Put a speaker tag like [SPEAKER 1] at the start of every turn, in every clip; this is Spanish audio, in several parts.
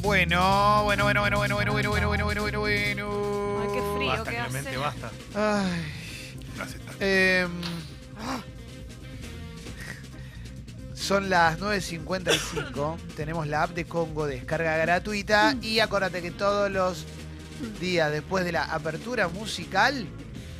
[SPEAKER 1] Bueno, bueno, bueno, bueno, bueno, bueno, bueno, bueno, bueno, bueno, bueno.
[SPEAKER 2] Ay, qué frío.
[SPEAKER 3] Basta,
[SPEAKER 2] ¿qué
[SPEAKER 3] Clemente,
[SPEAKER 2] hace?
[SPEAKER 3] basta.
[SPEAKER 1] Ay.
[SPEAKER 3] No hace tanto.
[SPEAKER 1] Em,
[SPEAKER 2] Ah.
[SPEAKER 1] son las 9.55. Tenemos la app de Congo, descarga gratuita. Y acuérdate que todos los días después de la apertura musical,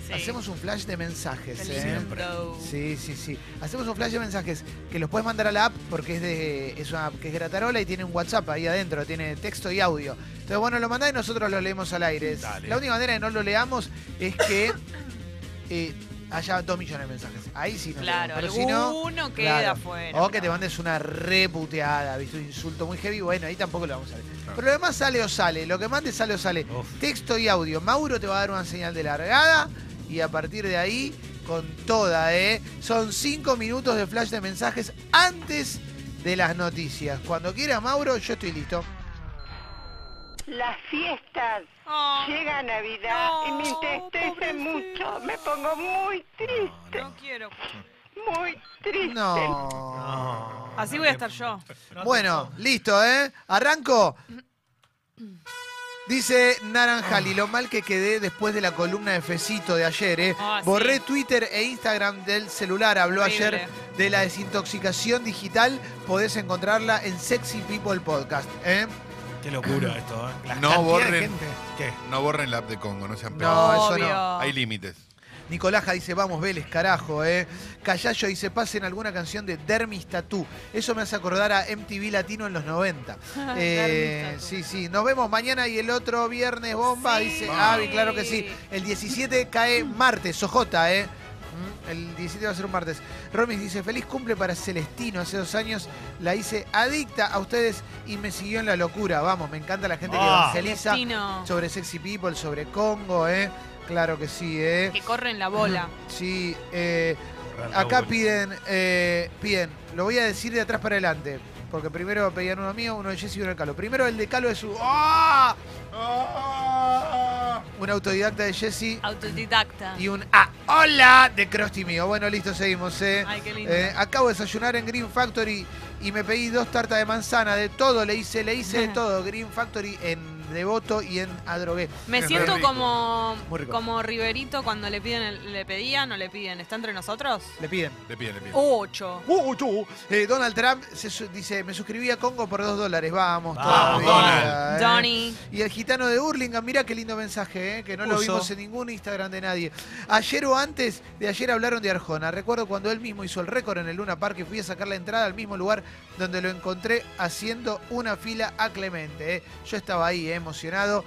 [SPEAKER 2] Sí.
[SPEAKER 1] hacemos un flash de mensajes.
[SPEAKER 2] Qué
[SPEAKER 1] ¿eh?
[SPEAKER 2] lindo.
[SPEAKER 1] Sí, sí, sí. Hacemos un flash de mensajes que los puedes mandar a la app porque es de es una app que es gratarola y tiene un WhatsApp ahí adentro, tiene texto y audio. Entonces, bueno, lo mandás y nosotros lo leemos al aire. Es-
[SPEAKER 3] Dale.
[SPEAKER 1] La única manera de no lo leamos es que eh, haya dos millones de mensajes. Ahí sí nos
[SPEAKER 2] Claro,
[SPEAKER 1] leemos.
[SPEAKER 2] alguno
[SPEAKER 1] Pero si no,
[SPEAKER 2] queda
[SPEAKER 1] claro.
[SPEAKER 2] afuera.
[SPEAKER 1] o que te mandes una reputeada, ¿viste? Un insulto muy heavy. Bueno, ahí tampoco lo vamos a leer.
[SPEAKER 3] Claro.
[SPEAKER 1] Pero lo demás sale o sale. Lo que mandes sale o sale
[SPEAKER 3] Uf.
[SPEAKER 1] texto y audio. Mauro te va a dar una señal de largada y a partir de ahí con toda, ¿eh? Son cinco minutos de flash de mensajes antes de las noticias. Cuando quiera, Mauro, yo estoy listo.
[SPEAKER 4] Las fiestas.
[SPEAKER 2] Oh,
[SPEAKER 4] Llega Navidad y me
[SPEAKER 2] No,
[SPEAKER 4] entristece
[SPEAKER 2] pobrecito.
[SPEAKER 4] mucho. Me pongo muy triste,
[SPEAKER 2] no quiero.
[SPEAKER 4] muy triste.
[SPEAKER 1] No.
[SPEAKER 3] No,
[SPEAKER 2] Así
[SPEAKER 3] no
[SPEAKER 2] voy a
[SPEAKER 3] le-
[SPEAKER 2] estar yo.
[SPEAKER 3] no,
[SPEAKER 1] Bueno, listo, ¿eh? Arranco. Dice Naranjali, lo mal que quedé después de la columna de Fecito de ayer, ¿eh?
[SPEAKER 2] Ah, sí.
[SPEAKER 1] Borré Twitter e Instagram del celular. Habló
[SPEAKER 2] Horrible.
[SPEAKER 1] ayer de la desintoxicación digital. Podés encontrarla en Sexy People Podcast, ¿eh?
[SPEAKER 3] Qué locura esto, ¿eh? La
[SPEAKER 5] No
[SPEAKER 3] cantidad de
[SPEAKER 5] borren.
[SPEAKER 3] gente. ¿Qué?
[SPEAKER 5] No borren la app de Congo, no sean
[SPEAKER 1] No,
[SPEAKER 5] pedos.
[SPEAKER 1] eso no.
[SPEAKER 2] Obvio.
[SPEAKER 5] Hay límites.
[SPEAKER 1] Nicolaja dice, vamos Vélez, carajo, eh. Callayo dice, pasen alguna canción de Dermis Tatú. Eso me hace acordar a MTV Latino en los 90. Eh,
[SPEAKER 2] Dermis Tatú.
[SPEAKER 1] sí, sí. Nos vemos mañana y el otro viernes, bomba,
[SPEAKER 2] Sí.
[SPEAKER 1] dice
[SPEAKER 5] Vamos.
[SPEAKER 1] Avi, claro que sí. El 17 cae martes, Ojota, eh. Mm, El 17 va a ser un martes. Romis dice, feliz cumple para Celestino. Hace dos años la hice adicta a ustedes y me siguió en la locura. Vamos, me encanta la gente que
[SPEAKER 3] Ah.
[SPEAKER 1] evangeliza
[SPEAKER 2] Celestino,
[SPEAKER 1] sobre Sexy People, sobre Congo, eh. Claro que sí, eh.
[SPEAKER 2] que corren la bola.
[SPEAKER 1] Sí, eh,
[SPEAKER 3] Borrar
[SPEAKER 1] acá
[SPEAKER 3] todo.
[SPEAKER 1] piden, eh, piden, lo voy a decir de atrás para adelante, porque primero pedían uno mío, uno de Jesse y uno de Calo. Primero el de Calo es su... ¡Ah! ¡Ah! Un autodidacta de Jesse
[SPEAKER 2] Ah. Autodidacta.
[SPEAKER 1] y un ¡Ah! ¡Hola! de Krusty mío. Bueno, listo, seguimos. eh.
[SPEAKER 2] Ay, qué lindo.
[SPEAKER 1] Eh, acabo de desayunar en Green Factory y me pedí dos tartas de manzana, de todo le hice, le hice de todo. Green Factory en Devoto y en Adrogué.
[SPEAKER 2] Me
[SPEAKER 5] Es
[SPEAKER 2] siento
[SPEAKER 5] re rico.
[SPEAKER 2] como,
[SPEAKER 1] Muy rico.
[SPEAKER 2] como Riverito cuando le piden, el- le pedían o le piden. ¿Está entre nosotros?
[SPEAKER 1] Le piden.
[SPEAKER 5] Le piden, le piden.
[SPEAKER 2] Ocho.
[SPEAKER 1] Uh, uh, uh. Eh, Donald Trump se su- dice, me suscribí a Congo por dos dólares. Vamos,
[SPEAKER 3] Vamos,
[SPEAKER 1] todavía, eh.
[SPEAKER 2] Donny.
[SPEAKER 1] Y el gitano de Hurlingham, mirá qué lindo mensaje, eh, que no lo
[SPEAKER 3] Puso.
[SPEAKER 1] vimos en ningún Instagram de nadie. Ayer o antes de ayer hablaron de Arjona. Recuerdo cuando él mismo hizo el récord en el Luna Park y fui a sacar la entrada al mismo lugar donde lo encontré haciendo una fila a Clemente. eh. Yo estaba ahí eh, emocionado,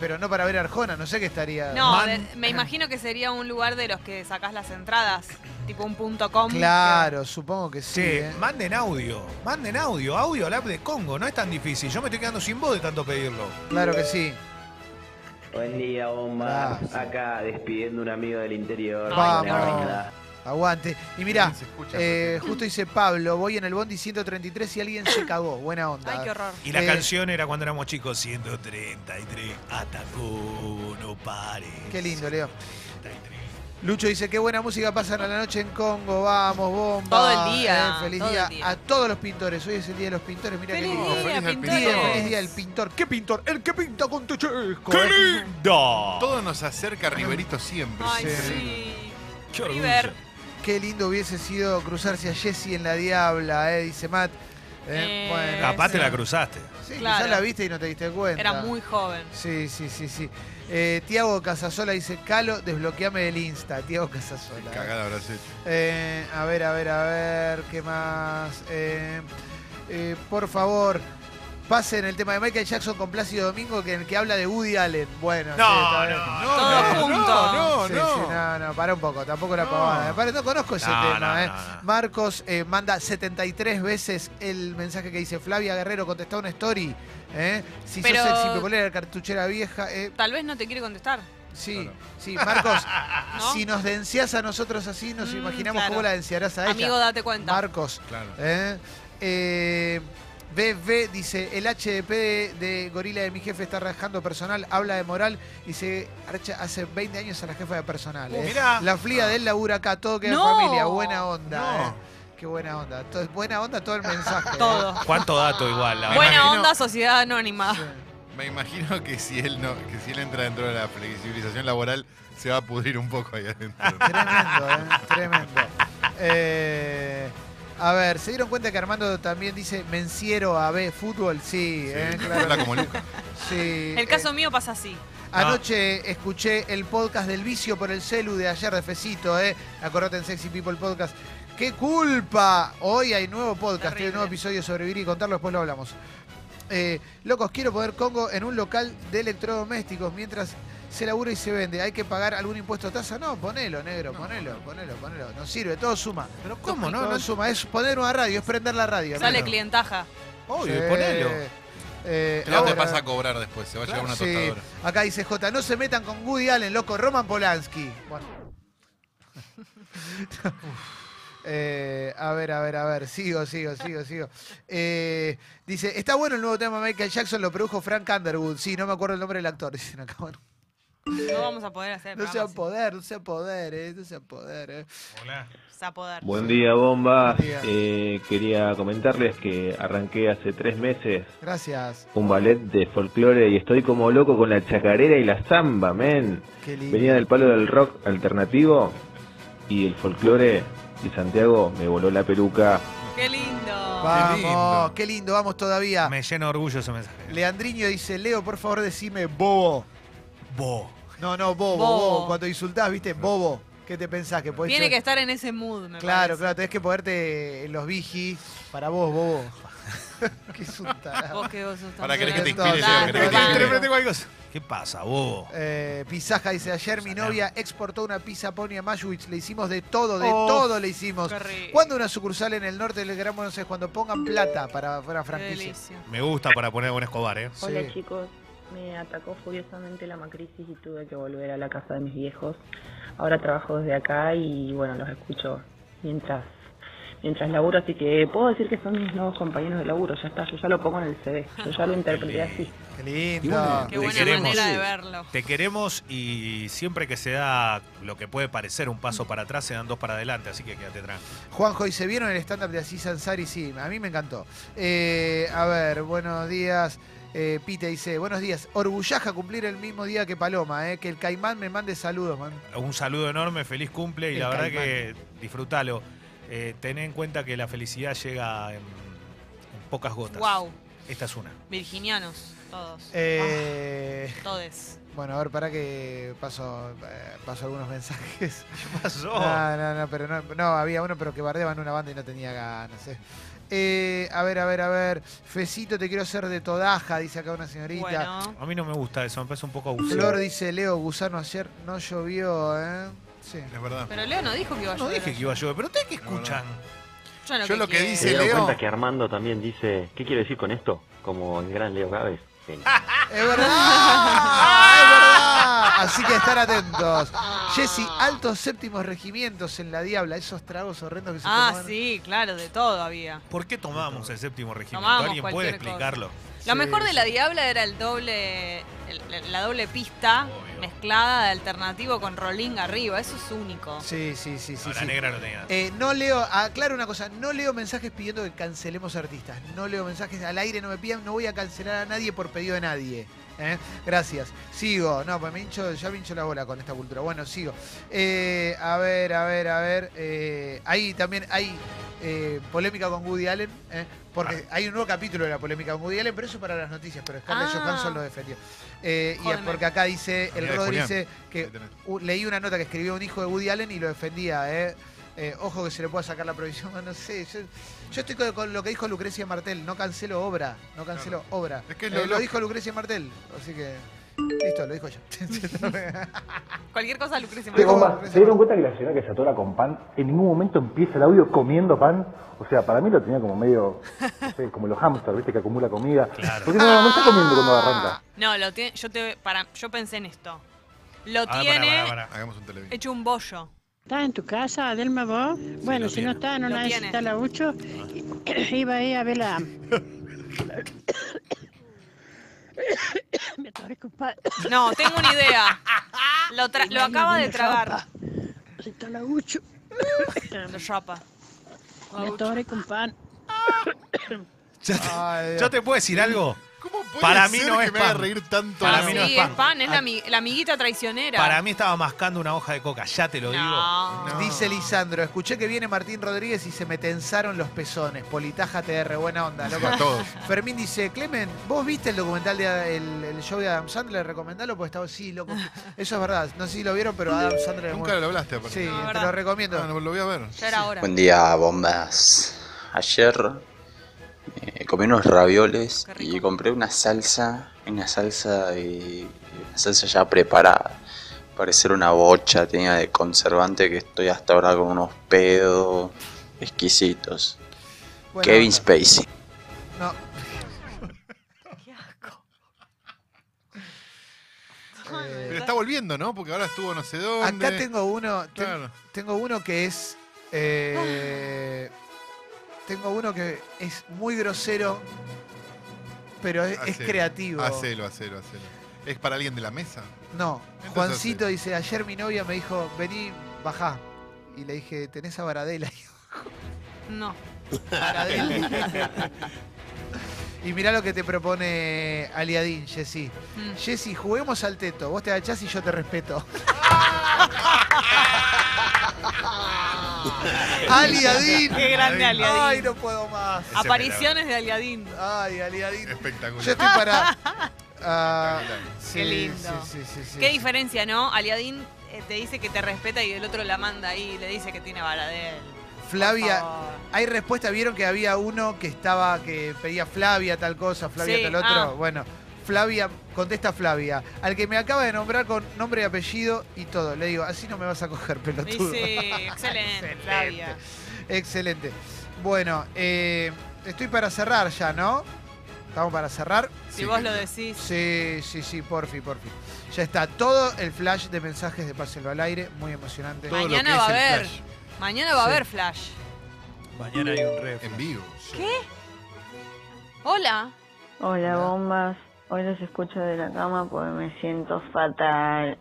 [SPEAKER 1] pero no para ver a Arjona, no sé qué estaría.
[SPEAKER 2] No,
[SPEAKER 3] Man-
[SPEAKER 2] de- me imagino que sería un lugar de los que sacás las entradas, tipo un punto com.
[SPEAKER 1] Claro, supongo que sí.
[SPEAKER 3] Sí,
[SPEAKER 1] eh.
[SPEAKER 3] manden audio, manden audio, audio al app de Congo, no es tan difícil. Yo me estoy quedando sin voz de tanto pedirlo.
[SPEAKER 1] Claro que sí.
[SPEAKER 6] Buen día, bomba.
[SPEAKER 1] Gracias.
[SPEAKER 6] Acá despidiendo un amigo del interior.
[SPEAKER 1] Vamos.
[SPEAKER 6] Buena onda.
[SPEAKER 1] Aguante. Y mirá,
[SPEAKER 5] Se escucha,
[SPEAKER 1] eh, justo dice Pablo, voy en el Bondi 133 y alguien se cagó. Buena onda.
[SPEAKER 2] Ay, qué horror.
[SPEAKER 3] Y la
[SPEAKER 1] Eh,
[SPEAKER 3] canción era cuando éramos chicos, 133, atacó, no pares.
[SPEAKER 1] Qué lindo, Leo.
[SPEAKER 3] 133.
[SPEAKER 1] Lucho dice, qué buena música pasan a la noche en Congo. Vamos, bomba.
[SPEAKER 2] Todo el día,
[SPEAKER 1] Eh, feliz
[SPEAKER 2] todo el
[SPEAKER 1] día.
[SPEAKER 2] día.
[SPEAKER 1] a todos los pintores. Hoy es el día de los pintores. Mirá
[SPEAKER 2] Feliz
[SPEAKER 1] qué lindo.
[SPEAKER 2] día,
[SPEAKER 5] Feliz al
[SPEAKER 2] pintores.
[SPEAKER 1] Día,
[SPEAKER 5] pintor.
[SPEAKER 1] feliz día del pintor. ¿Qué pintor? El que pinta con techesco.
[SPEAKER 3] ¡Qué
[SPEAKER 1] eh.
[SPEAKER 3] lindo!
[SPEAKER 5] Todo nos acerca a Riverito siempre.
[SPEAKER 2] Ay,
[SPEAKER 1] Sí.
[SPEAKER 2] sí.
[SPEAKER 3] Qué orgullo.
[SPEAKER 2] River.
[SPEAKER 1] Qué lindo hubiese sido cruzarse a Jessy en la Diabla, eh, dice Matt. Eh,
[SPEAKER 2] Eh,
[SPEAKER 1] bueno,
[SPEAKER 3] Capaz te
[SPEAKER 1] sí.
[SPEAKER 3] la cruzaste.
[SPEAKER 1] Sí,
[SPEAKER 2] Claro.
[SPEAKER 1] quizás la viste y no te diste cuenta.
[SPEAKER 2] Era muy joven.
[SPEAKER 1] Sí, sí, sí, sí. Eh, Tiago Casasola dice, Calo, desbloqueame del Insta. Tiago Casasola.
[SPEAKER 5] Cagada habrás hecho.
[SPEAKER 1] Eh, a ver, a ver, a ver, ¿qué más? Eh, eh, por favor, pasen el tema de Michael Jackson con Plácido Domingo, que en el que habla de Woody Allen. Bueno, sí, está bien.
[SPEAKER 2] Todo
[SPEAKER 5] no,
[SPEAKER 2] junto.
[SPEAKER 5] no, no,
[SPEAKER 1] Sí,
[SPEAKER 5] no.
[SPEAKER 1] sí, no, no, para un poco, tampoco la
[SPEAKER 5] No.
[SPEAKER 1] pavada. Me parece- No conozco ese
[SPEAKER 3] No,
[SPEAKER 1] tema,
[SPEAKER 3] no,
[SPEAKER 1] eh.
[SPEAKER 3] no, no.
[SPEAKER 1] Marcos eh, manda 73 veces el mensaje que dice Flavia Guerrero contestá una story. eh. Si
[SPEAKER 2] Pero-
[SPEAKER 1] sos sexy, popolera, cartuchera vieja. eh,
[SPEAKER 2] Tal vez no te quiere contestar.
[SPEAKER 1] sí,
[SPEAKER 5] Claro.
[SPEAKER 1] sí, Marcos,
[SPEAKER 2] ¿No?
[SPEAKER 1] si nos dencias a nosotros así, nos
[SPEAKER 2] Mm,
[SPEAKER 1] imaginamos
[SPEAKER 2] claro.
[SPEAKER 1] cómo la denciarás a ella.
[SPEAKER 2] Amigo, date cuenta.
[SPEAKER 1] Marcos.
[SPEAKER 5] Claro.
[SPEAKER 1] ¿eh? Eh, BB dice, el HDP de, de Gorila de mi jefe está rajando personal, habla de moral y se archa hace 20 años a la jefa de personal.
[SPEAKER 3] Uh,
[SPEAKER 1] ¿eh?
[SPEAKER 3] mirá.
[SPEAKER 1] La flia de él labura acá, todo queda en
[SPEAKER 2] Ah. No.
[SPEAKER 1] familia, buena onda.
[SPEAKER 5] No.
[SPEAKER 1] ¿eh? Qué buena onda. To- buena onda todo el mensaje.
[SPEAKER 2] Todo.
[SPEAKER 3] Cuánto dato igual,
[SPEAKER 5] Bueno.
[SPEAKER 3] la verdad.
[SPEAKER 2] Buena
[SPEAKER 5] imagino-
[SPEAKER 2] onda, sociedad
[SPEAKER 1] ¿eh?
[SPEAKER 2] anónima.
[SPEAKER 1] Sí.
[SPEAKER 5] Me imagino que si él no, que si él entra dentro de la flexibilización laboral, se va a pudrir un poco ahí adentro.
[SPEAKER 1] Tremendo, ¿eh? Tremendo. Eh, a ver, ¿se dieron cuenta que Armando también dice menciero a B fútbol? Sí,
[SPEAKER 5] Sí,
[SPEAKER 1] ¿eh? claro.
[SPEAKER 5] habla como Lucas.
[SPEAKER 1] Sí.
[SPEAKER 2] El caso mío pasa así.
[SPEAKER 1] Eh, anoche escuché el podcast del vicio por el celu de ayer de Fecito, ¿eh? Acordate en Sexy People Podcast. ¡Qué culpa! Hoy hay nuevo podcast, hay un
[SPEAKER 2] Terrible.
[SPEAKER 1] nuevo episodio sobre vivir y contarlo, después lo hablamos. Eh, locos, quiero poner Congo en un local de electrodomésticos mientras se labura y se vende. ¿Hay que pagar algún impuesto a tasa? No, ponelo, negro, ponelo, ponelo, ponelo. No sirve, todo suma.
[SPEAKER 3] Pero ¿cómo? No,
[SPEAKER 1] todo
[SPEAKER 3] no,
[SPEAKER 1] suma. Es poner una radio, es prender la radio.
[SPEAKER 2] Sale
[SPEAKER 1] negro.
[SPEAKER 2] clientaja.
[SPEAKER 3] obvio,
[SPEAKER 1] Sí.
[SPEAKER 3] y ponelo.
[SPEAKER 1] Eh,
[SPEAKER 5] Claro, te
[SPEAKER 1] ahora-
[SPEAKER 5] pasa a cobrar después, se va a llevar una
[SPEAKER 1] Sí.
[SPEAKER 5] tostadora.
[SPEAKER 1] Acá dice J, no se metan con Woody Allen, loco, Roman Polanski. Bueno. Eh, a ver, a ver, a ver, sigo, sigo, sigo, sigo. Eh, dice, está bueno el nuevo tema de Michael Jackson, lo produjo Frank Underwood. Sí, no me acuerdo el nombre del actor, dicen acá. Bueno,
[SPEAKER 2] No vamos a poder hacer.
[SPEAKER 1] no
[SPEAKER 2] programa
[SPEAKER 1] sea
[SPEAKER 2] así.
[SPEAKER 1] poder, no sea poder, eh, no sea poder. eh.
[SPEAKER 3] Hola.
[SPEAKER 2] Se va a poder.
[SPEAKER 6] Buen día, bomba.
[SPEAKER 1] Buen día.
[SPEAKER 6] Eh, quería comentarles que arranqué hace tres meses
[SPEAKER 1] Gracias,
[SPEAKER 6] un ballet de folclore y estoy como loco con la chacarera y la zamba, men.
[SPEAKER 1] qué lindo.
[SPEAKER 6] Venía del palo del rock alternativo y el folclore y Santiago me voló la peluca.
[SPEAKER 2] Qué lindo.
[SPEAKER 1] Vamos, qué
[SPEAKER 5] Qué
[SPEAKER 1] lindo,
[SPEAKER 5] lindo.
[SPEAKER 1] vamos todavía.
[SPEAKER 3] Me llena de orgullo ese mensaje.
[SPEAKER 1] Leandriño dice, Leo, por favor decime bobo.
[SPEAKER 3] Bo.
[SPEAKER 1] No, no, bobo, bobo.
[SPEAKER 2] Bobo.
[SPEAKER 1] Cuando insultás, viste, bobo. ¿Qué te pensás que podés
[SPEAKER 2] Tiene
[SPEAKER 1] ser?
[SPEAKER 2] que estar en ese mood, me
[SPEAKER 1] Claro,
[SPEAKER 2] parece.
[SPEAKER 1] claro, tenés que ponerte los vigis para vos, bobo. Qué insultada.
[SPEAKER 2] Vos que vos sos tan
[SPEAKER 5] Ahora querés que te
[SPEAKER 2] duro,
[SPEAKER 5] inspire,
[SPEAKER 2] tan
[SPEAKER 5] Leo, querés que te
[SPEAKER 2] duro.
[SPEAKER 5] inspire.
[SPEAKER 3] Interprete cualquier cosa. ¿Qué pasa, bobo?
[SPEAKER 1] Eh, Pizaja dice, ayer mi
[SPEAKER 3] Salam.
[SPEAKER 1] novia exportó una pizza pony a Mashwitz, le hicimos de todo, de
[SPEAKER 3] Oh,
[SPEAKER 1] todo le hicimos.
[SPEAKER 2] qué rico.
[SPEAKER 1] Cuando una sucursal en el norte del Gran Buenos Aires, cuando pongan plata para fuera
[SPEAKER 2] Qué
[SPEAKER 1] franquicia.
[SPEAKER 2] delicia.
[SPEAKER 3] Me gusta para poner a buen Escobar, ¿eh?
[SPEAKER 1] Sí.
[SPEAKER 7] Hola chicos, me atacó furiosamente la macrisis y tuve que volver a la casa de mis viejos. Ahora trabajo desde acá y bueno, los escucho mientras mientras laburo, así que puedo decir que son mis nuevos compañeros de laburo, ya está, yo ya lo pongo en el CV, yo ya lo interpreté así.
[SPEAKER 1] Qué
[SPEAKER 3] Y
[SPEAKER 1] lindo.
[SPEAKER 3] bueno,
[SPEAKER 2] Qué
[SPEAKER 3] Te
[SPEAKER 2] buena
[SPEAKER 3] queremos.
[SPEAKER 2] manera de verlo.
[SPEAKER 3] Te queremos y siempre que se da lo que puede parecer un paso para atrás, se dan dos para adelante, así que quédate tranquilo.
[SPEAKER 1] Juanjo, ¿y se vieron el stand-up de Aziz Ansari? Sí, a mí me encantó. Eh, a ver, buenos días. Eh, Pite dice, buenos días. Orgullaja cumplir el mismo día que Paloma, eh, que el caimán me mande saludos, man.
[SPEAKER 3] Un saludo enorme, feliz cumple y
[SPEAKER 1] El
[SPEAKER 3] la verdad
[SPEAKER 1] caimán.
[SPEAKER 3] que disfrútalo. Eh, ten en cuenta que la felicidad llega en, en pocas gotas.
[SPEAKER 2] Wow.
[SPEAKER 3] Esta es una.
[SPEAKER 2] Virginianos, todos.
[SPEAKER 1] Eh,
[SPEAKER 2] Ah, todes.
[SPEAKER 1] Bueno, a ver, para que paso, eh, paso algunos mensajes.
[SPEAKER 3] ¿Qué pasó?
[SPEAKER 1] No, no, no, pero no, no, había uno, pero que bardeaban una banda y no tenía ganas. eh. Eh, a ver, a ver, a ver. Fecito, te quiero hacer de todaja, dice acá una señorita.
[SPEAKER 2] Bueno.
[SPEAKER 3] A mí no me gusta eso, me parece un poco abusivo.
[SPEAKER 1] Flor dice, Leo, gusano, ayer no llovió, ¿eh? Sí.
[SPEAKER 5] Es verdad.
[SPEAKER 2] Pero Leo no dijo que iba a
[SPEAKER 3] no
[SPEAKER 2] llover.
[SPEAKER 3] dije que iba a llover, pero ustedes que
[SPEAKER 5] Es verdad.
[SPEAKER 3] escuchan.
[SPEAKER 2] Yo lo
[SPEAKER 5] Yo
[SPEAKER 2] que,
[SPEAKER 5] lo que
[SPEAKER 2] quiero.
[SPEAKER 5] dice-
[SPEAKER 8] ¿Se dieron
[SPEAKER 5] Leo.
[SPEAKER 8] cuenta que Armando también dice, ¿qué quiero decir con esto? Como el gran Leo Gávez. Genial.
[SPEAKER 1] ¡Es verdad! ¡Es verdad! Ah. Así que estar atentos. Jessy, altos séptimos regimientos en la Diabla, esos tragos horrendos que se
[SPEAKER 2] Ah,
[SPEAKER 1] tomaban.
[SPEAKER 2] sí, claro, de todo había.
[SPEAKER 3] ¿Por qué tomamos el séptimo regimiento?
[SPEAKER 2] Tomamos
[SPEAKER 3] ¿Alguien puede
[SPEAKER 2] cualquier cosa.
[SPEAKER 3] explicarlo?
[SPEAKER 2] Lo
[SPEAKER 1] Sí,
[SPEAKER 2] mejor de
[SPEAKER 1] sí.
[SPEAKER 2] la Diabla era el doble, el- la doble pista
[SPEAKER 3] Obvio.
[SPEAKER 2] mezclada de alternativo con rolling arriba. Eso es único.
[SPEAKER 1] Sí, sí, sí, sí.
[SPEAKER 3] No, la
[SPEAKER 1] sí.
[SPEAKER 3] negra no tenía.
[SPEAKER 1] Eh, no leo, aclaro una cosa, no leo mensajes pidiendo que cancelemos artistas. No leo mensajes al aire, no me pidan, no voy a cancelar a nadie por pedido de nadie. ¿eh? Gracias. Sigo, no, pues me hincho, ya me hincho la bola con esta cultura. Bueno, sigo. Eh, a ver, a ver, a ver. eh, ahí también hay eh, polémica con Woody Allen, ¿eh? porque
[SPEAKER 5] Ah.
[SPEAKER 1] hay un nuevo capítulo de la polémica con Woody Allen, pero eso para las noticias, pero Scarlett
[SPEAKER 2] Ah.
[SPEAKER 1] Johansson lo defendió. Eh, y es
[SPEAKER 2] Jódeme.
[SPEAKER 1] porque acá dice, el
[SPEAKER 5] Amiga de
[SPEAKER 1] Rodri
[SPEAKER 5] Julián.
[SPEAKER 1] dice que
[SPEAKER 5] Ahí tenés.
[SPEAKER 1] U- leí una nota que escribió un hijo de Woody Allen y lo defendía, ¿eh? Eh, ojo que se le pueda sacar la provisión, no sé. Yo, yo estoy con, con lo que dijo Lucrecia Martel, no cancelo obra, no cancelo obra.
[SPEAKER 5] Es que
[SPEAKER 1] Eh,
[SPEAKER 5] lo-
[SPEAKER 1] lo
[SPEAKER 5] lo-
[SPEAKER 1] dijo Lucrecia Martel, así que... Listo, lo dijo ella.
[SPEAKER 2] Cualquier cosa, Lucrecia.
[SPEAKER 1] Digo,
[SPEAKER 9] Compa, ¿Se dieron cuenta que la señora que se atora con pan en ningún momento empieza el audio comiendo pan? O sea, para mí lo tenía como medio, no sé, como los hamsters, ¿viste? Que acumula comida.
[SPEAKER 3] Claro.
[SPEAKER 9] Porque no, no está comiendo cuando arranca.
[SPEAKER 2] "Ah". No, lo tiene. Yo te, para, yo pensé en esto. Lo
[SPEAKER 3] Ah, pará,
[SPEAKER 2] tiene
[SPEAKER 3] pará, pará.
[SPEAKER 5] Hagamos un televisor.
[SPEAKER 2] hecho un bollo.
[SPEAKER 10] ¿Está en tu casa, Adelma, vos? bueno,
[SPEAKER 3] lo
[SPEAKER 10] si
[SPEAKER 3] tiene.
[SPEAKER 10] no está, no
[SPEAKER 2] Lo
[SPEAKER 10] la
[SPEAKER 2] tiene.
[SPEAKER 10] está la 8. Iba a ir a ver la... Me atoré con pa-
[SPEAKER 2] No, tengo una idea. Lo, tra- lo
[SPEAKER 10] Iba a ir a
[SPEAKER 2] acaba
[SPEAKER 10] ver
[SPEAKER 2] de
[SPEAKER 10] la
[SPEAKER 2] tragar.
[SPEAKER 10] sopa. Está la 8.
[SPEAKER 2] Lo chapa.
[SPEAKER 10] La torre con pan.
[SPEAKER 3] Ya te-
[SPEAKER 1] Ay,
[SPEAKER 3] ¿Yo te puedo decir algo?
[SPEAKER 5] ¿Cómo puede
[SPEAKER 3] Para mí
[SPEAKER 5] ser
[SPEAKER 3] no
[SPEAKER 5] que
[SPEAKER 3] es
[SPEAKER 5] me haga
[SPEAKER 3] pan.
[SPEAKER 5] reír tanto?
[SPEAKER 3] Para
[SPEAKER 5] la-
[SPEAKER 3] mí
[SPEAKER 2] sí,
[SPEAKER 3] no es
[SPEAKER 2] es
[SPEAKER 3] pan.
[SPEAKER 2] pan, es
[SPEAKER 3] Ah.
[SPEAKER 2] la, ami- la amiguita traicionera.
[SPEAKER 3] Para mí estaba mascando una hoja de coca, ya te lo digo.
[SPEAKER 2] No.
[SPEAKER 5] No.
[SPEAKER 1] Dice Lisandro, escuché que viene Martín Rodríguez y se me tensaron los pezones. Politaja TR, buena onda,
[SPEAKER 5] Sí,
[SPEAKER 1] loco.
[SPEAKER 5] a todos.
[SPEAKER 1] Fermín dice, Clemen, ¿vos viste el documental de el, el show de Adam Sandler? Recomendalo porque estaba sí, loco. Eso es verdad. No sé si lo vieron, pero Adam Sandler es
[SPEAKER 5] Nunca
[SPEAKER 1] bueno.
[SPEAKER 5] lo hablaste, aparte.
[SPEAKER 1] Sí,
[SPEAKER 2] No, es
[SPEAKER 1] te
[SPEAKER 2] verdad.
[SPEAKER 1] lo recomiendo.
[SPEAKER 5] Ah, no, lo voy a ver.
[SPEAKER 2] Ya era hora.
[SPEAKER 11] Buen día, bombas. Ayer eh, comí unos ravioles
[SPEAKER 2] Qué rico.
[SPEAKER 11] y compré una salsa, una salsa de- una salsa ya preparada. Parecer una bocha, tenía de conservante que estoy hasta ahora con unos pedos exquisitos.
[SPEAKER 1] Buena
[SPEAKER 11] Kevin
[SPEAKER 1] onda.
[SPEAKER 11] Spacey.
[SPEAKER 1] No,
[SPEAKER 2] Qué asco.
[SPEAKER 5] Pero está volviendo, ¿no? Porque ahora estuvo no sé dónde.
[SPEAKER 1] Acá tengo uno, ten-
[SPEAKER 5] Claro.
[SPEAKER 1] tengo uno que es, eh, tengo uno que es muy grosero, pero es, es
[SPEAKER 5] Hacelo,
[SPEAKER 1] creativo.
[SPEAKER 5] Hacelo, hacelo, hacelo. ¿Es para alguien de la mesa?
[SPEAKER 1] No,
[SPEAKER 5] Entonces
[SPEAKER 1] Juancito dice, ayer mi novia me dijo, vení, bajá. Y le dije, tenés a Varadela.
[SPEAKER 2] No.
[SPEAKER 1] Varadela. y mirá lo que te propone Aliadín, Jessy.
[SPEAKER 2] Mm.
[SPEAKER 1] Jessy, juguemos al teto. Vos te agachás y yo te respeto. Aliadín.
[SPEAKER 2] Qué grande Aliadín.
[SPEAKER 1] Ay, no puedo más.
[SPEAKER 2] Apariciones de Aliadín.
[SPEAKER 1] Ay, Aliadín.
[SPEAKER 5] Espectacular.
[SPEAKER 1] Yo estoy para. Ah,
[SPEAKER 5] Espectacular.
[SPEAKER 1] sí,
[SPEAKER 2] Qué lindo.
[SPEAKER 1] sí, sí, sí, sí.
[SPEAKER 2] Qué diferencia, ¿no? Aliadín eh, te dice que te respeta y el otro la manda ahí y le dice que tiene vara de él.
[SPEAKER 1] Flavia,
[SPEAKER 2] Oh.
[SPEAKER 1] Hay respuesta, vieron que había uno que estaba, que pedía Flavia tal cosa, Flavia
[SPEAKER 2] Sí,
[SPEAKER 1] tal otro.
[SPEAKER 2] ah.
[SPEAKER 1] Bueno, Flavia, contesta Flavia, al que me acaba de nombrar con nombre y apellido y todo. Le digo, así no me vas a coger, pelotudo.
[SPEAKER 2] Dice, excelente, Flavia.
[SPEAKER 1] Excelente. Bueno, eh, estoy para cerrar ya, ¿no? ¿Estamos para cerrar?
[SPEAKER 2] Si
[SPEAKER 5] Sí,
[SPEAKER 2] vos
[SPEAKER 5] que-
[SPEAKER 2] lo decís.
[SPEAKER 1] Sí, sí, sí, porfi, porfi. Ya está todo el flash de mensajes de Páselo al aire, muy emocionante.
[SPEAKER 5] Todo lo
[SPEAKER 2] Mañana
[SPEAKER 5] que
[SPEAKER 2] va
[SPEAKER 5] es
[SPEAKER 2] a
[SPEAKER 5] el
[SPEAKER 2] haber.
[SPEAKER 5] flash
[SPEAKER 2] Mañana va a
[SPEAKER 1] Sí.
[SPEAKER 2] haber flash.
[SPEAKER 3] Mañana hay un ref.
[SPEAKER 5] En vivo.
[SPEAKER 2] ¿Qué? Hola.
[SPEAKER 7] Hola,
[SPEAKER 1] Hola.
[SPEAKER 7] bombas. Hoy los escucho de la cama porque me siento fatal.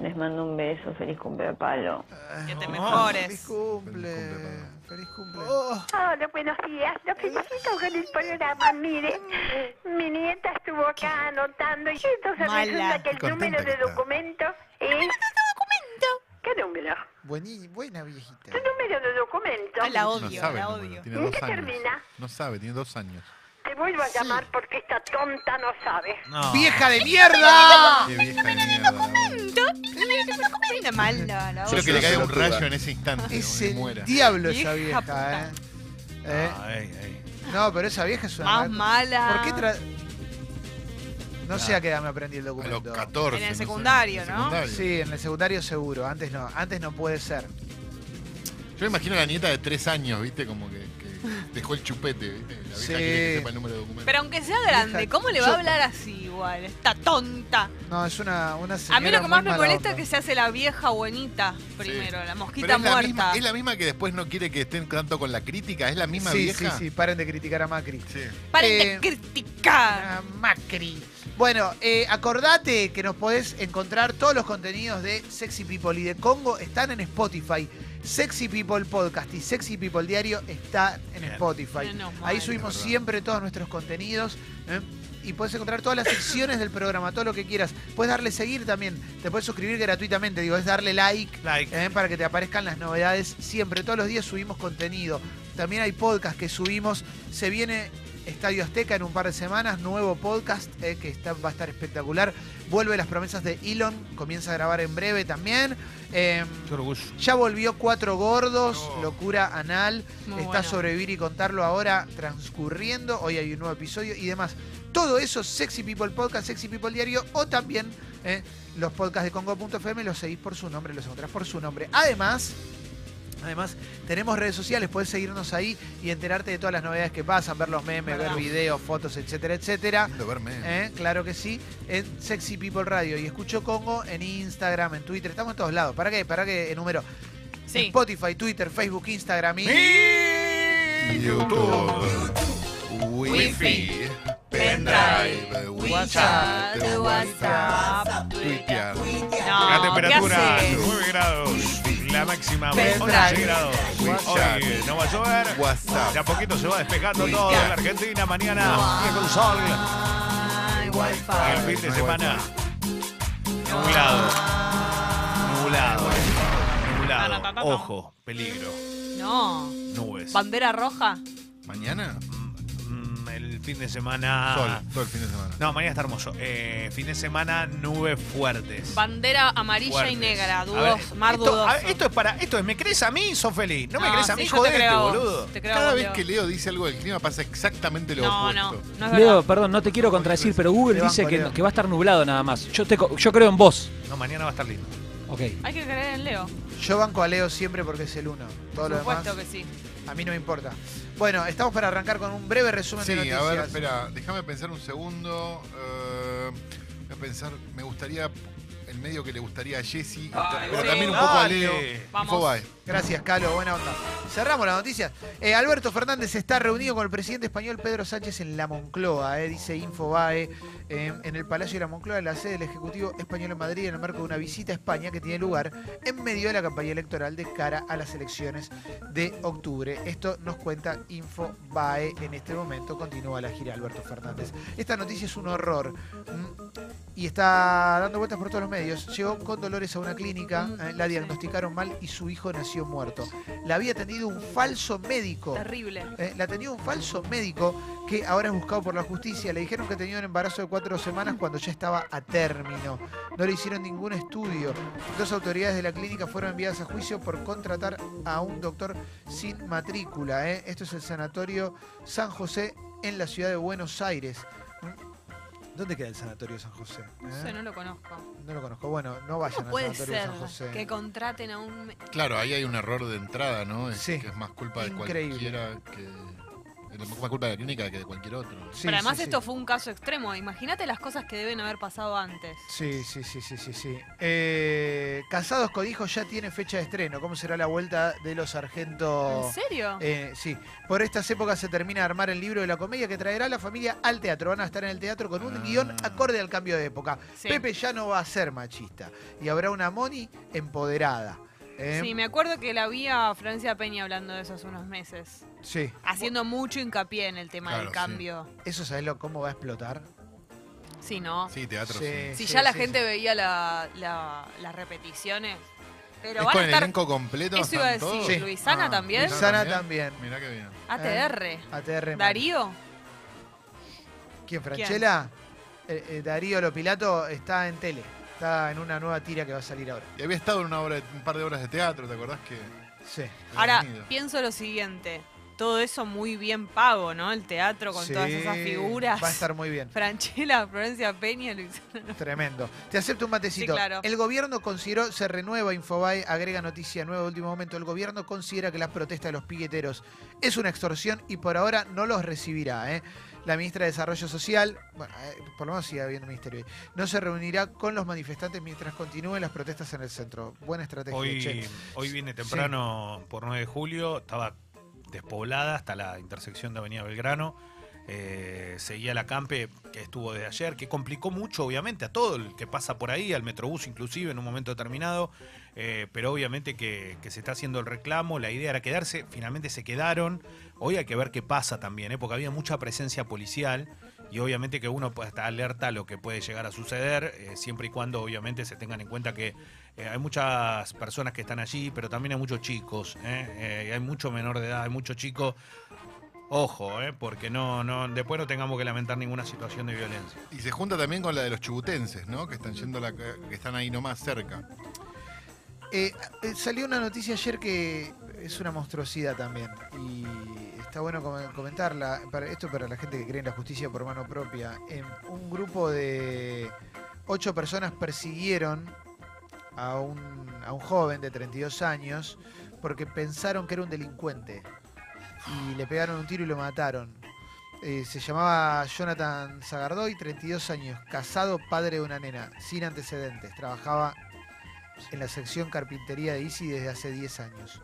[SPEAKER 7] Les mando un beso. Feliz cumple, palo.
[SPEAKER 2] Que te
[SPEAKER 1] Oh,
[SPEAKER 2] mejores.
[SPEAKER 1] Feliz cumple.
[SPEAKER 5] Feliz cumple, papá.
[SPEAKER 1] Feliz cumple.
[SPEAKER 2] Oh.
[SPEAKER 4] Hola, buenos días. Los felicito con el programa. Mire, mi nieta estuvo acá anotando y entonces
[SPEAKER 2] Mala.
[SPEAKER 4] resulta que el
[SPEAKER 5] Qué contenta
[SPEAKER 4] número
[SPEAKER 5] que
[SPEAKER 4] de
[SPEAKER 5] está.
[SPEAKER 4] documento es... documento? ¿Qué número?
[SPEAKER 1] Bueni- buena viejita.
[SPEAKER 4] ¿Qué número de documento?
[SPEAKER 2] Ay, la
[SPEAKER 5] No
[SPEAKER 2] odio,
[SPEAKER 5] sabe,
[SPEAKER 2] la
[SPEAKER 5] el
[SPEAKER 2] odio.
[SPEAKER 5] número, tiene
[SPEAKER 4] ¿En
[SPEAKER 5] dos
[SPEAKER 4] qué
[SPEAKER 5] años.
[SPEAKER 4] termina?
[SPEAKER 5] No sabe, tiene dos años.
[SPEAKER 4] Te vuelvo a llamar porque esta tonta no sabe.
[SPEAKER 3] No.
[SPEAKER 1] ¡Vieja de
[SPEAKER 2] Ah,
[SPEAKER 1] mierda!
[SPEAKER 5] Qué vieja de mierda. boludo.
[SPEAKER 2] Mira, mala, la
[SPEAKER 5] Quiero
[SPEAKER 2] odio.
[SPEAKER 5] que le caiga un rayo en ese instante.
[SPEAKER 1] Es
[SPEAKER 5] boludo, y
[SPEAKER 1] el
[SPEAKER 5] muera.
[SPEAKER 1] diablo esa
[SPEAKER 2] Vieja
[SPEAKER 1] vieja, ¿eh? ¿Eh?
[SPEAKER 3] Ah, ey, ey.
[SPEAKER 1] No, pero esa vieja es una.
[SPEAKER 2] Más mala.
[SPEAKER 1] ¿Por qué tra- No sé a qué edad me aprendí el
[SPEAKER 5] A los
[SPEAKER 1] documento.
[SPEAKER 5] 14.
[SPEAKER 2] En el
[SPEAKER 5] no sé,
[SPEAKER 2] secundario,
[SPEAKER 5] en el
[SPEAKER 2] ¿no?
[SPEAKER 5] secundario.
[SPEAKER 1] Sí, en el secundario seguro. Antes no. Antes no puede ser.
[SPEAKER 5] Yo me imagino a la nieta de tres años, ¿viste? Como que, que dejó el chupete, ¿viste? La vieja
[SPEAKER 1] Sí.
[SPEAKER 5] quiere que sepa el número de documento.
[SPEAKER 2] Pero aunque sea grande,
[SPEAKER 1] Vieja-
[SPEAKER 2] ¿cómo le va a
[SPEAKER 1] yo-
[SPEAKER 2] hablar así igual? Está tonta.
[SPEAKER 1] No, es una, una
[SPEAKER 2] A mí lo
[SPEAKER 1] señora
[SPEAKER 2] que más me
[SPEAKER 1] muy mala
[SPEAKER 2] molesta es
[SPEAKER 1] onda.
[SPEAKER 2] que se hace la vieja buenita primero, la mosquita
[SPEAKER 5] es la
[SPEAKER 2] muerta.
[SPEAKER 5] misma- es la misma que después no quiere que estén tanto con la crítica, es la misma
[SPEAKER 1] sí,
[SPEAKER 5] vieja.
[SPEAKER 1] sí, sí. Paren de criticar a Macri.
[SPEAKER 5] sí.
[SPEAKER 2] Paren
[SPEAKER 1] Eh,
[SPEAKER 2] de criticar.
[SPEAKER 1] Ah, Macri. Bueno, eh, acordate que nos podés encontrar todos los contenidos de Sexy People y de Congo están en Spotify. Sexy People Podcast y Sexy People Diario está en
[SPEAKER 3] Bien.
[SPEAKER 1] Spotify.
[SPEAKER 2] Menos mal.
[SPEAKER 1] Ahí subimos
[SPEAKER 5] Es verdad.
[SPEAKER 1] siempre todos nuestros contenidos. ¿eh? Y puedes encontrar todas las secciones del programa, todo lo que quieras. Puedes darle seguir también. Te puedes suscribir gratuitamente. Digo, es darle like
[SPEAKER 3] Like.
[SPEAKER 1] ¿eh? para que te aparezcan las novedades siempre. Todos los días subimos contenido. También hay podcast que subimos. Se viene Estadio Azteca en un par de semanas, nuevo podcast eh, que está- va a estar espectacular. Vuelve las promesas de Elon, comienza a grabar en breve también. Eh,
[SPEAKER 3] Qué orgullo.
[SPEAKER 1] ya volvió Cuatro Gordos,
[SPEAKER 5] No.
[SPEAKER 1] Locura Anal.
[SPEAKER 2] Muy
[SPEAKER 1] está
[SPEAKER 2] bueno.
[SPEAKER 1] Sobrevivir y Contarlo ahora transcurriendo. Hoy hay un nuevo episodio y demás. Todo eso, Sexy People Podcast, Sexy People Diario o también eh, los podcasts de Congo.fm los seguís por su nombre, los encontrás por su nombre. Además, además tenemos redes sociales, podés seguirnos ahí y enterarte de todas las novedades que pasan, ver los memes,
[SPEAKER 2] Verdad.
[SPEAKER 1] ver videos, fotos, etcétera, etcétera.
[SPEAKER 5] Lindo verme.
[SPEAKER 1] ¿Eh? Claro que sí, en Sexy People Radio. Y escucho Congo en Instagram, en Twitter, estamos en todos lados. ¿Para qué? ¿Para qué número?
[SPEAKER 2] Sí.
[SPEAKER 1] Spotify, Twitter, Facebook, Instagram y...
[SPEAKER 5] YouTube, Wi-Fi, pendrive,
[SPEAKER 2] WhatsApp,
[SPEAKER 5] WhatsApp,
[SPEAKER 2] WhatsApp,
[SPEAKER 5] Twitter,
[SPEAKER 2] No,
[SPEAKER 3] la temperatura,
[SPEAKER 2] ¿qué haces? Ah,
[SPEAKER 3] 9 grados. la máxima
[SPEAKER 5] Best
[SPEAKER 3] hoy
[SPEAKER 5] drive.
[SPEAKER 3] 11 grados.
[SPEAKER 5] WhatsApp.
[SPEAKER 3] Hoy no va a llover.
[SPEAKER 5] WhatsApp.
[SPEAKER 3] De a poquito se va despejando
[SPEAKER 5] Wi-Fi.
[SPEAKER 3] todo en la Argentina. Mañana sigue con sol. El fin de
[SPEAKER 5] No hay
[SPEAKER 3] semana. Nublado. Nublado.
[SPEAKER 2] Ah,
[SPEAKER 3] Nublado. Ojo, peligro.
[SPEAKER 2] No.
[SPEAKER 3] Nubes.
[SPEAKER 2] Bandera roja.
[SPEAKER 5] ¿Mañana?
[SPEAKER 3] Mm, el fin de semana.
[SPEAKER 2] Ah.
[SPEAKER 5] Sol, todo el fin de semana.
[SPEAKER 3] No, mañana está hermoso. Eh, fin de semana, nubes fuertes.
[SPEAKER 2] Bandera amarilla y
[SPEAKER 3] Fuertes.
[SPEAKER 2] negra.
[SPEAKER 3] A
[SPEAKER 2] Dudos.
[SPEAKER 3] ver,
[SPEAKER 2] mar
[SPEAKER 3] esto-
[SPEAKER 2] dudoso.
[SPEAKER 3] a ver, esto es para. Esto es, ¿me crees a mí? ¿Sos feliz? No, me
[SPEAKER 2] No,
[SPEAKER 3] crees a
[SPEAKER 2] sí,
[SPEAKER 3] mí,
[SPEAKER 2] yo te
[SPEAKER 3] jodete,
[SPEAKER 2] creo a vos.
[SPEAKER 3] boludo.
[SPEAKER 2] Te creo a
[SPEAKER 5] Cada
[SPEAKER 2] vos,
[SPEAKER 5] vez
[SPEAKER 2] Leo.
[SPEAKER 5] que Leo dice algo del clima pasa exactamente lo
[SPEAKER 2] No, no.
[SPEAKER 5] opuesto.
[SPEAKER 2] No es verdad.
[SPEAKER 12] Leo, perdón, no te quiero contradecir, pero Google
[SPEAKER 3] Te
[SPEAKER 12] dice
[SPEAKER 3] banco,
[SPEAKER 12] que,
[SPEAKER 3] Leo.
[SPEAKER 12] que va a estar nublado nada más. Yo, te, co- yo creo en vos.
[SPEAKER 3] No, mañana va a estar lindo.
[SPEAKER 12] Ok.
[SPEAKER 2] Hay que creer en Leo.
[SPEAKER 1] Yo banco a Leo siempre porque es el uno. Todo
[SPEAKER 2] Por
[SPEAKER 1] lo demás,
[SPEAKER 2] supuesto que sí.
[SPEAKER 1] a mí no me importa. Bueno, estamos para arrancar con un breve resumen
[SPEAKER 5] Sí,
[SPEAKER 1] de noticias.
[SPEAKER 5] a ver, espera, déjame pensar un segundo. eh, voy a pensar, me gustaría el medio que le gustaría a Jesse, pero
[SPEAKER 2] sí.
[SPEAKER 5] también un poco a
[SPEAKER 3] Dale.
[SPEAKER 5] Leo.
[SPEAKER 2] Vamos.
[SPEAKER 5] Infobae.
[SPEAKER 1] Gracias, Calo, buena onda. Cerramos las noticias. Eh, Alberto Fernández está reunido con el presidente español Pedro Sánchez en la Moncloa, eh, dice Infobae, eh, en el Palacio de la Moncloa, en la sede del Ejecutivo Español en Madrid, en el marco de una visita a España que tiene lugar en medio de la campaña electoral de cara a las elecciones de octubre. Esto nos cuenta Infobae en este momento. Continúa la gira Alberto Fernández. Esta noticia es un horror. mm, Y está dando vueltas por todos los medios. Llegó con dolores a una clínica, eh, la diagnosticaron mal y su hijo nació muerto. La había atendido un falso médico.
[SPEAKER 2] Terrible.
[SPEAKER 1] Eh, la tenía un falso médico que ahora es buscado por la justicia. Le dijeron que tenía un embarazo de cuatro semanas cuando ya estaba a término. No le hicieron ningún estudio. Dos autoridades de la clínica fueron enviadas a juicio por contratar a un doctor sin matrícula. ¿eh? Esto es el sanatorio San José en la ciudad de Buenos Aires. ¿Mm? ¿Dónde queda el sanatorio San José?
[SPEAKER 2] No
[SPEAKER 1] eh?
[SPEAKER 2] sé, no lo conozco.
[SPEAKER 1] No lo conozco. Bueno, no vayan
[SPEAKER 2] ¿Cómo
[SPEAKER 1] al
[SPEAKER 2] puede
[SPEAKER 1] sanatorio
[SPEAKER 2] ser
[SPEAKER 1] San José.
[SPEAKER 2] que contraten a un... me-
[SPEAKER 5] Claro, ahí hay un error de entrada, ¿no? Es,
[SPEAKER 1] Sí.
[SPEAKER 5] Que es más culpa de
[SPEAKER 1] Increíble.
[SPEAKER 5] cualquiera que. Es más culpa de la clínica que de cualquier otro.
[SPEAKER 1] Sí,
[SPEAKER 2] Pero además
[SPEAKER 1] sí, sí.
[SPEAKER 2] esto fue un caso extremo. Imagínate las cosas que deben haber pasado antes.
[SPEAKER 1] Sí, sí, sí, sí, sí, sí. Eh, Casados con hijos ya tiene fecha de estreno. ¿Cómo será la vuelta de los
[SPEAKER 2] ¿En
[SPEAKER 1] sargentos?
[SPEAKER 2] serio?
[SPEAKER 1] Eh, sí, por estas épocas se termina de armar el libro de la comedia que traerá a la familia al teatro. Van a estar en el teatro con un
[SPEAKER 5] Ah.
[SPEAKER 1] guión acorde al cambio de época.
[SPEAKER 2] Sí.
[SPEAKER 1] Pepe ya no va a ser machista y habrá una Moni empoderada. ¿eh?
[SPEAKER 2] Sí, me acuerdo que la vi a Francia Peña hablando de eso hace unos meses.
[SPEAKER 1] Sí.
[SPEAKER 2] Haciendo mucho hincapié en el tema
[SPEAKER 5] Claro,
[SPEAKER 2] del
[SPEAKER 5] sí.
[SPEAKER 2] cambio.
[SPEAKER 1] ¿Eso sabés lo- cómo va a explotar?
[SPEAKER 2] Sí, ¿no?
[SPEAKER 5] Sí, teatro, sí.
[SPEAKER 1] Sí.
[SPEAKER 2] si ya la
[SPEAKER 1] sí,
[SPEAKER 2] gente veía la- la- las repeticiones. Pero
[SPEAKER 5] ¿Es
[SPEAKER 2] van
[SPEAKER 5] con
[SPEAKER 2] a
[SPEAKER 5] el
[SPEAKER 2] estar
[SPEAKER 5] elenco completo?
[SPEAKER 2] Eso iba a
[SPEAKER 5] ¿Están
[SPEAKER 2] decir,
[SPEAKER 5] todos? Ah,
[SPEAKER 1] Sí.
[SPEAKER 2] Luisana también.
[SPEAKER 1] Luisana también.
[SPEAKER 5] Mirá que bien.
[SPEAKER 2] ATR.
[SPEAKER 1] Eh, ATR.
[SPEAKER 2] Darío.
[SPEAKER 1] ¿Quién, Franchella? Eh, eh, Darío Lopilato está en tele. Está en una nueva tira que va a salir ahora.
[SPEAKER 5] Y había estado en una obra, un par de obras de teatro, ¿te acordás que?
[SPEAKER 1] Sí.
[SPEAKER 2] Ahora,
[SPEAKER 5] Bienvenido.
[SPEAKER 2] pienso lo siguiente. Todo eso muy bien pago, ¿no? El teatro con
[SPEAKER 1] Sí,
[SPEAKER 2] todas esas figuras.
[SPEAKER 1] Va a estar muy bien.
[SPEAKER 2] Franchella, Florencia Peña, Luisana.
[SPEAKER 1] Tremendo. Te acepto un matecito.
[SPEAKER 2] Sí, claro.
[SPEAKER 1] El gobierno consideró, se renueva Infobae, agrega noticia nueva, último momento. El gobierno considera que las protestas de los piqueteros es una extorsión y por ahora no los recibirá. ¿eh? La ministra de Desarrollo Social, bueno, eh, por lo menos sigue habiendo ministerio, ahí, no se reunirá con los manifestantes mientras continúen las protestas en el centro. Buena estrategia.
[SPEAKER 3] Hoy,
[SPEAKER 1] che.
[SPEAKER 3] hoy vine temprano por 9 de julio, estaba despoblada hasta la intersección de Avenida Belgrano. Eh, seguía la Campe que estuvo desde ayer, que complicó mucho, obviamente, a todo el que pasa por ahí, al Metrobús inclusive en un momento determinado. Eh, pero obviamente que, que se está haciendo el reclamo, la idea era quedarse, finalmente se quedaron. Hoy hay que ver qué pasa también, ¿eh? porque había mucha presencia policial y obviamente que uno puede estar alerta a lo que puede llegar a suceder, eh, siempre y cuando obviamente se tengan en cuenta que eh, hay muchas personas que están allí, pero también hay muchos chicos, ¿eh? Eh, y hay mucho menor de edad, hay muchos chicos. Ojo, ¿eh? porque no, no, después no tengamos que lamentar ninguna situación de violencia.
[SPEAKER 5] Y se junta también con la de los chubutenses, ¿no? Que están yendo a la, que están ahí nomás cerca.
[SPEAKER 1] Eh, eh, salió una noticia ayer que es una monstruosidad también y está bueno com- comentarla. Para, esto para la gente que cree en la justicia por mano propia. Em, un grupo de ocho personas persiguieron a un, a un joven de 32 años porque pensaron que era un delincuente y le pegaron un tiro y lo mataron. Eh, se llamaba Jonathan Zagardoy, 32 años, casado, padre de una nena, sin antecedentes. Trabajaba en la sección carpintería de Easy desde hace 10 años.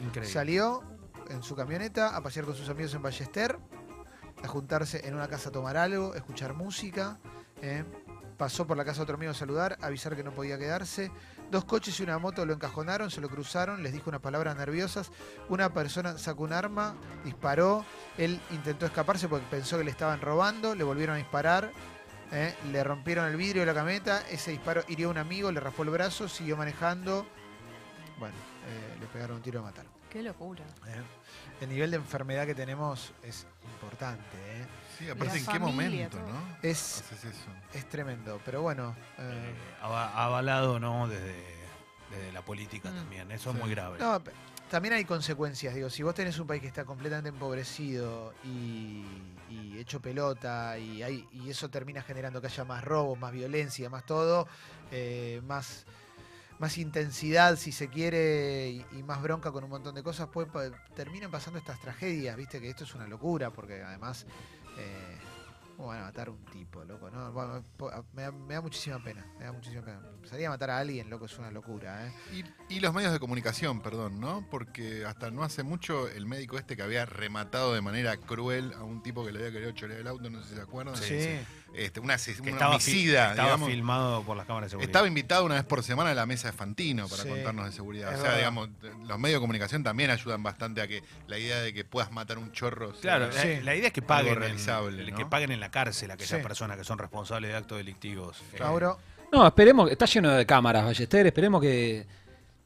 [SPEAKER 3] Increíble.
[SPEAKER 1] ¿eh? Salió en su camioneta a pasear con sus amigos en Ballester, a juntarse en una casa a tomar algo, escuchar música, ¿eh? Pasó por la casa de otro amigo a saludar, a avisar que no podía quedarse. Dos coches y una moto lo encajonaron, se lo cruzaron, les dijo unas palabras nerviosas. Una persona sacó un arma, disparó. Él intentó escaparse porque pensó que le estaban robando, le volvieron a disparar. ¿eh? Le rompieron el vidrio de la camioneta. Ese disparo hirió a un amigo, le raspó el brazo, siguió manejando. Bueno, eh, le pegaron un tiro a matar.
[SPEAKER 2] Qué locura.
[SPEAKER 1] ¿eh? El nivel de enfermedad que tenemos es importante. ¿eh?
[SPEAKER 5] Sí, aparte,
[SPEAKER 1] La
[SPEAKER 5] ¿en qué
[SPEAKER 1] familia,
[SPEAKER 5] momento,
[SPEAKER 1] todo.
[SPEAKER 5] no?
[SPEAKER 1] Es,
[SPEAKER 5] Haces eso.
[SPEAKER 1] es tremendo, pero bueno. eh,
[SPEAKER 3] Ava- avalado, ¿no? Desde, desde la política
[SPEAKER 1] Mm.
[SPEAKER 3] también. Eso
[SPEAKER 5] Sí.
[SPEAKER 3] es muy grave.
[SPEAKER 1] No, pe- también hay consecuencias, digo, si vos tenés un país que está completamente empobrecido y, y hecho pelota y, hay, y eso termina generando que haya más robos, más violencia, más todo, eh, más, más intensidad si se quiere y, y más bronca con un montón de cosas, pues pa- terminan pasando estas tragedias, viste que esto es una locura porque además... eh, ¿Cómo van a matar a un tipo, loco? No, Bueno, po- ah, me, da, me da muchísima pena. Me da muchísima pena. Salir a matar a alguien, loco, es una locura, ¿eh?
[SPEAKER 5] Y, y los medios de comunicación, perdón, ¿no? Porque hasta no hace mucho el médico este que había rematado de manera cruel a un tipo que le había querido chorear el auto, no sé si se acuerdan. Este, un ases-
[SPEAKER 3] Que
[SPEAKER 5] un
[SPEAKER 3] estaba, fi-
[SPEAKER 5] homicida,
[SPEAKER 3] estaba
[SPEAKER 5] digamos.
[SPEAKER 3] filmado por las cámaras de seguridad.
[SPEAKER 5] Estaba invitado una vez por semana a la mesa de Fantino para
[SPEAKER 1] Sí,
[SPEAKER 5] contarnos de seguridad.
[SPEAKER 1] es
[SPEAKER 5] o sea,
[SPEAKER 1] verdad.
[SPEAKER 5] digamos, los medios de comunicación también ayudan bastante a que la idea de que puedas matar un chorro sea
[SPEAKER 3] Claro, eh. la-
[SPEAKER 1] Sí.
[SPEAKER 3] la, idea es que paguen,
[SPEAKER 5] algo
[SPEAKER 3] en-
[SPEAKER 5] realizable,
[SPEAKER 3] el-
[SPEAKER 5] ¿no?
[SPEAKER 3] que paguen en la cárcel a aquellas
[SPEAKER 1] Sí.
[SPEAKER 3] personas que son responsables de actos delictivos. Eh,
[SPEAKER 1] Mauro,
[SPEAKER 12] No, esperemos, está lleno de cámaras, Ballester, esperemos que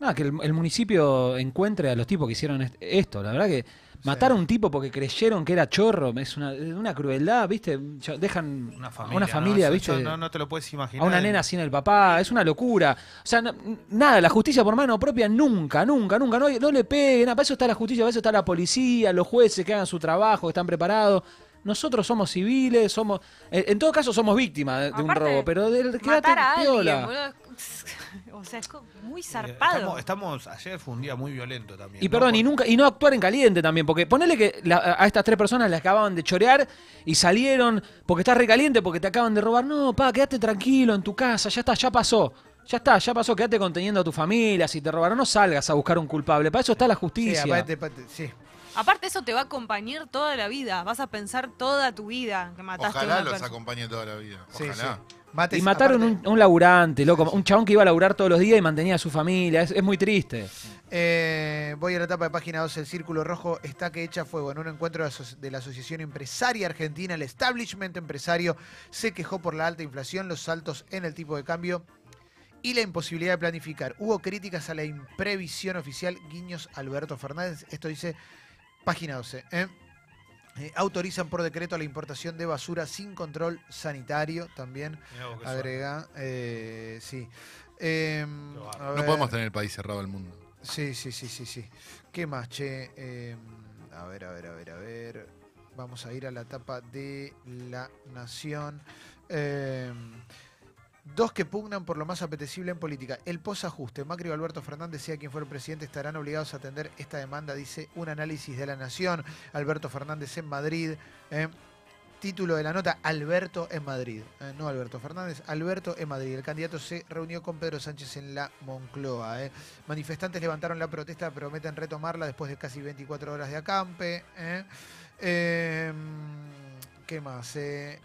[SPEAKER 12] nada, que el, el municipio encuentre a los tipos que hicieron est- esto, la verdad que matar a un tipo porque creyeron que era chorro, es una, una crueldad, ¿viste? Ya Dejan
[SPEAKER 3] una
[SPEAKER 12] a
[SPEAKER 3] familia,
[SPEAKER 12] una
[SPEAKER 3] ¿no?
[SPEAKER 12] familia,
[SPEAKER 3] Eso-
[SPEAKER 12] ¿viste?
[SPEAKER 3] eso No, no te lo puedes imaginar.
[SPEAKER 12] a una nena sin el papá, es una locura. O sea, no- nada, la justicia por mano propia nunca, nunca, nunca. No, no le peguen, para eso está la justicia, para eso está la policía, los jueces que hagan su trabajo, que están preparados. Nosotros somos civiles, somos. En, en todo caso, somos víctimas de, de un
[SPEAKER 2] Aparte,
[SPEAKER 12] robo, pero del quédate
[SPEAKER 2] Matar a alguien,
[SPEAKER 12] piola.
[SPEAKER 2] boludo. O sea, es como muy
[SPEAKER 3] Eh,
[SPEAKER 2] zarpado.
[SPEAKER 3] Estamos, estamos- ayer fue un día muy violento también.
[SPEAKER 12] Y
[SPEAKER 3] ¿no?
[SPEAKER 12] perdón, y
[SPEAKER 3] Porque-
[SPEAKER 12] nunca y no actuar en caliente también, porque ponele que la- a estas tres personas las acababan de chorear y salieron porque estás recaliente, porque te acaban de robar. No, pa, quédate tranquilo en tu casa, ya está, ya pasó. Ya está, ya pasó, quédate conteniendo a tu familia, si te robaron no salgas a buscar un culpable, para eso está la
[SPEAKER 1] sí,
[SPEAKER 12] justicia.
[SPEAKER 1] aparte, aparte, sí.
[SPEAKER 2] Aparte, eso te va a acompañar toda la vida. Vas a pensar toda tu vida que mataste a
[SPEAKER 5] Ojalá
[SPEAKER 2] una
[SPEAKER 5] los
[SPEAKER 2] persona.
[SPEAKER 5] acompañe toda la vida.
[SPEAKER 1] Sí,
[SPEAKER 5] Ojalá.
[SPEAKER 1] sí. Mates,
[SPEAKER 12] y mataron
[SPEAKER 1] aparte,
[SPEAKER 12] un, un laburante, loco, un chabón que iba a laburar todos los días y mantenía a su familia, es, es muy triste.
[SPEAKER 1] eh, voy a la etapa de página 12. El Círculo Rojo está que echa fuego. En un encuentro de, aso- de la Asociación Empresaria Argentina, el establishment empresario se quejó por la alta inflación, los saltos en el tipo de cambio y la imposibilidad de planificar. Hubo críticas a la imprevisión oficial. Guiños Alberto Fernández. Esto dice página 12. ¿eh? Eh, autorizan por decreto la importación de basura sin control sanitario también.
[SPEAKER 3] Mirá vos qué suerte.
[SPEAKER 1] Agrega, eh, sí. Em,
[SPEAKER 3] Qué bárbaro.
[SPEAKER 1] a
[SPEAKER 5] No
[SPEAKER 1] ver,
[SPEAKER 5] podemos tener el país cerrado al mundo.
[SPEAKER 1] Sí, sí, sí, sí, sí. ¿Qué más, che? Em, a ver, a ver, a ver, a ver. Vamos a ir a la etapa de la nación. Em, dos que pugnan por lo más apetecible en política. El posajuste. Macri o Alberto Fernández, sea quien fuera el presidente, estarán obligados a atender esta demanda, dice un análisis de la nación. Alberto Fernández en Madrid. em, Título de la nota, Alberto en Madrid. Eh, no Alberto Fernández, Alberto en Madrid. El candidato se reunió con Pedro Sánchez en la Moncloa. eh. Manifestantes levantaron la protesta, prometen retomarla después de casi 24 horas de acampe. eh. Em, ¿Qué más? eh?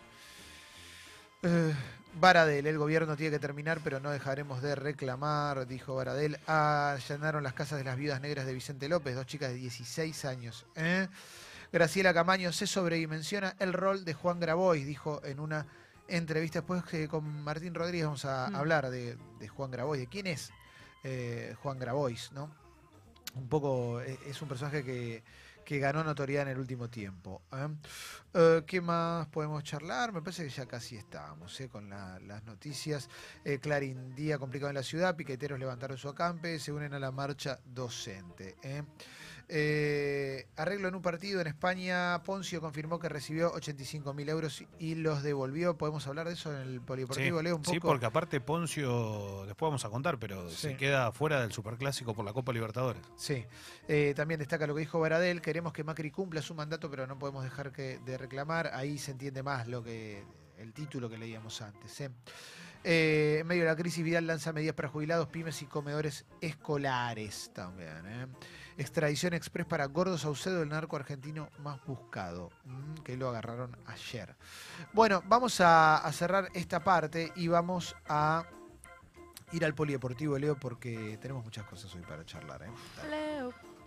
[SPEAKER 1] Eh, Baradel, el gobierno tiene que terminar, pero no dejaremos de reclamar, dijo Baradel. Allanaron las casas de las viudas negras de Vicente López, dos chicas de 16 años. ¿eh? Graciela Camaño se sobredimensiona el rol de Juan Grabois, dijo en una entrevista después que con Martín Rodríguez vamos a
[SPEAKER 2] Mm.
[SPEAKER 1] hablar de, de Juan Grabois, de quién es eh, Juan Grabois, ¿no? Un poco eh, es un personaje que, que ganó notoriedad en el último tiempo. ¿eh? Eh, ¿Qué más podemos charlar? Me parece que ya casi estábamos ¿eh? con la- las noticias. Eh, Clarín, día complicado en la ciudad, piqueteros levantaron su acampe, se unen a la marcha docente. ¿eh? Eh, arreglo en un partido en España, Poncio confirmó que recibió 85 mil euros y los devolvió. ¿Podemos hablar de eso en el
[SPEAKER 3] Sí,
[SPEAKER 1] Polideportivo? Leo un poco.
[SPEAKER 3] sí, porque aparte Poncio, después vamos a contar, pero
[SPEAKER 1] Sí.
[SPEAKER 3] se queda fuera del Superclásico por la Copa Libertadores.
[SPEAKER 1] Sí. Eh, también destaca lo que dijo Baradel. Queremos que Macri cumpla su mandato, pero no podemos dejar que, de reclamar. Ahí se entiende más lo que el título que leíamos antes. ¿eh? Eh, en medio de la crisis, Vidal lanza medidas para jubilados, pymes y comedores escolares también. ¿eh? Extradición express para Gordo Saucedo, el narco argentino más buscado, mm, que lo agarraron ayer. Bueno, vamos a, a cerrar esta parte y vamos a ir al polideportivo, Leo, porque tenemos muchas cosas hoy para charlar. ¿eh?
[SPEAKER 2] Leo.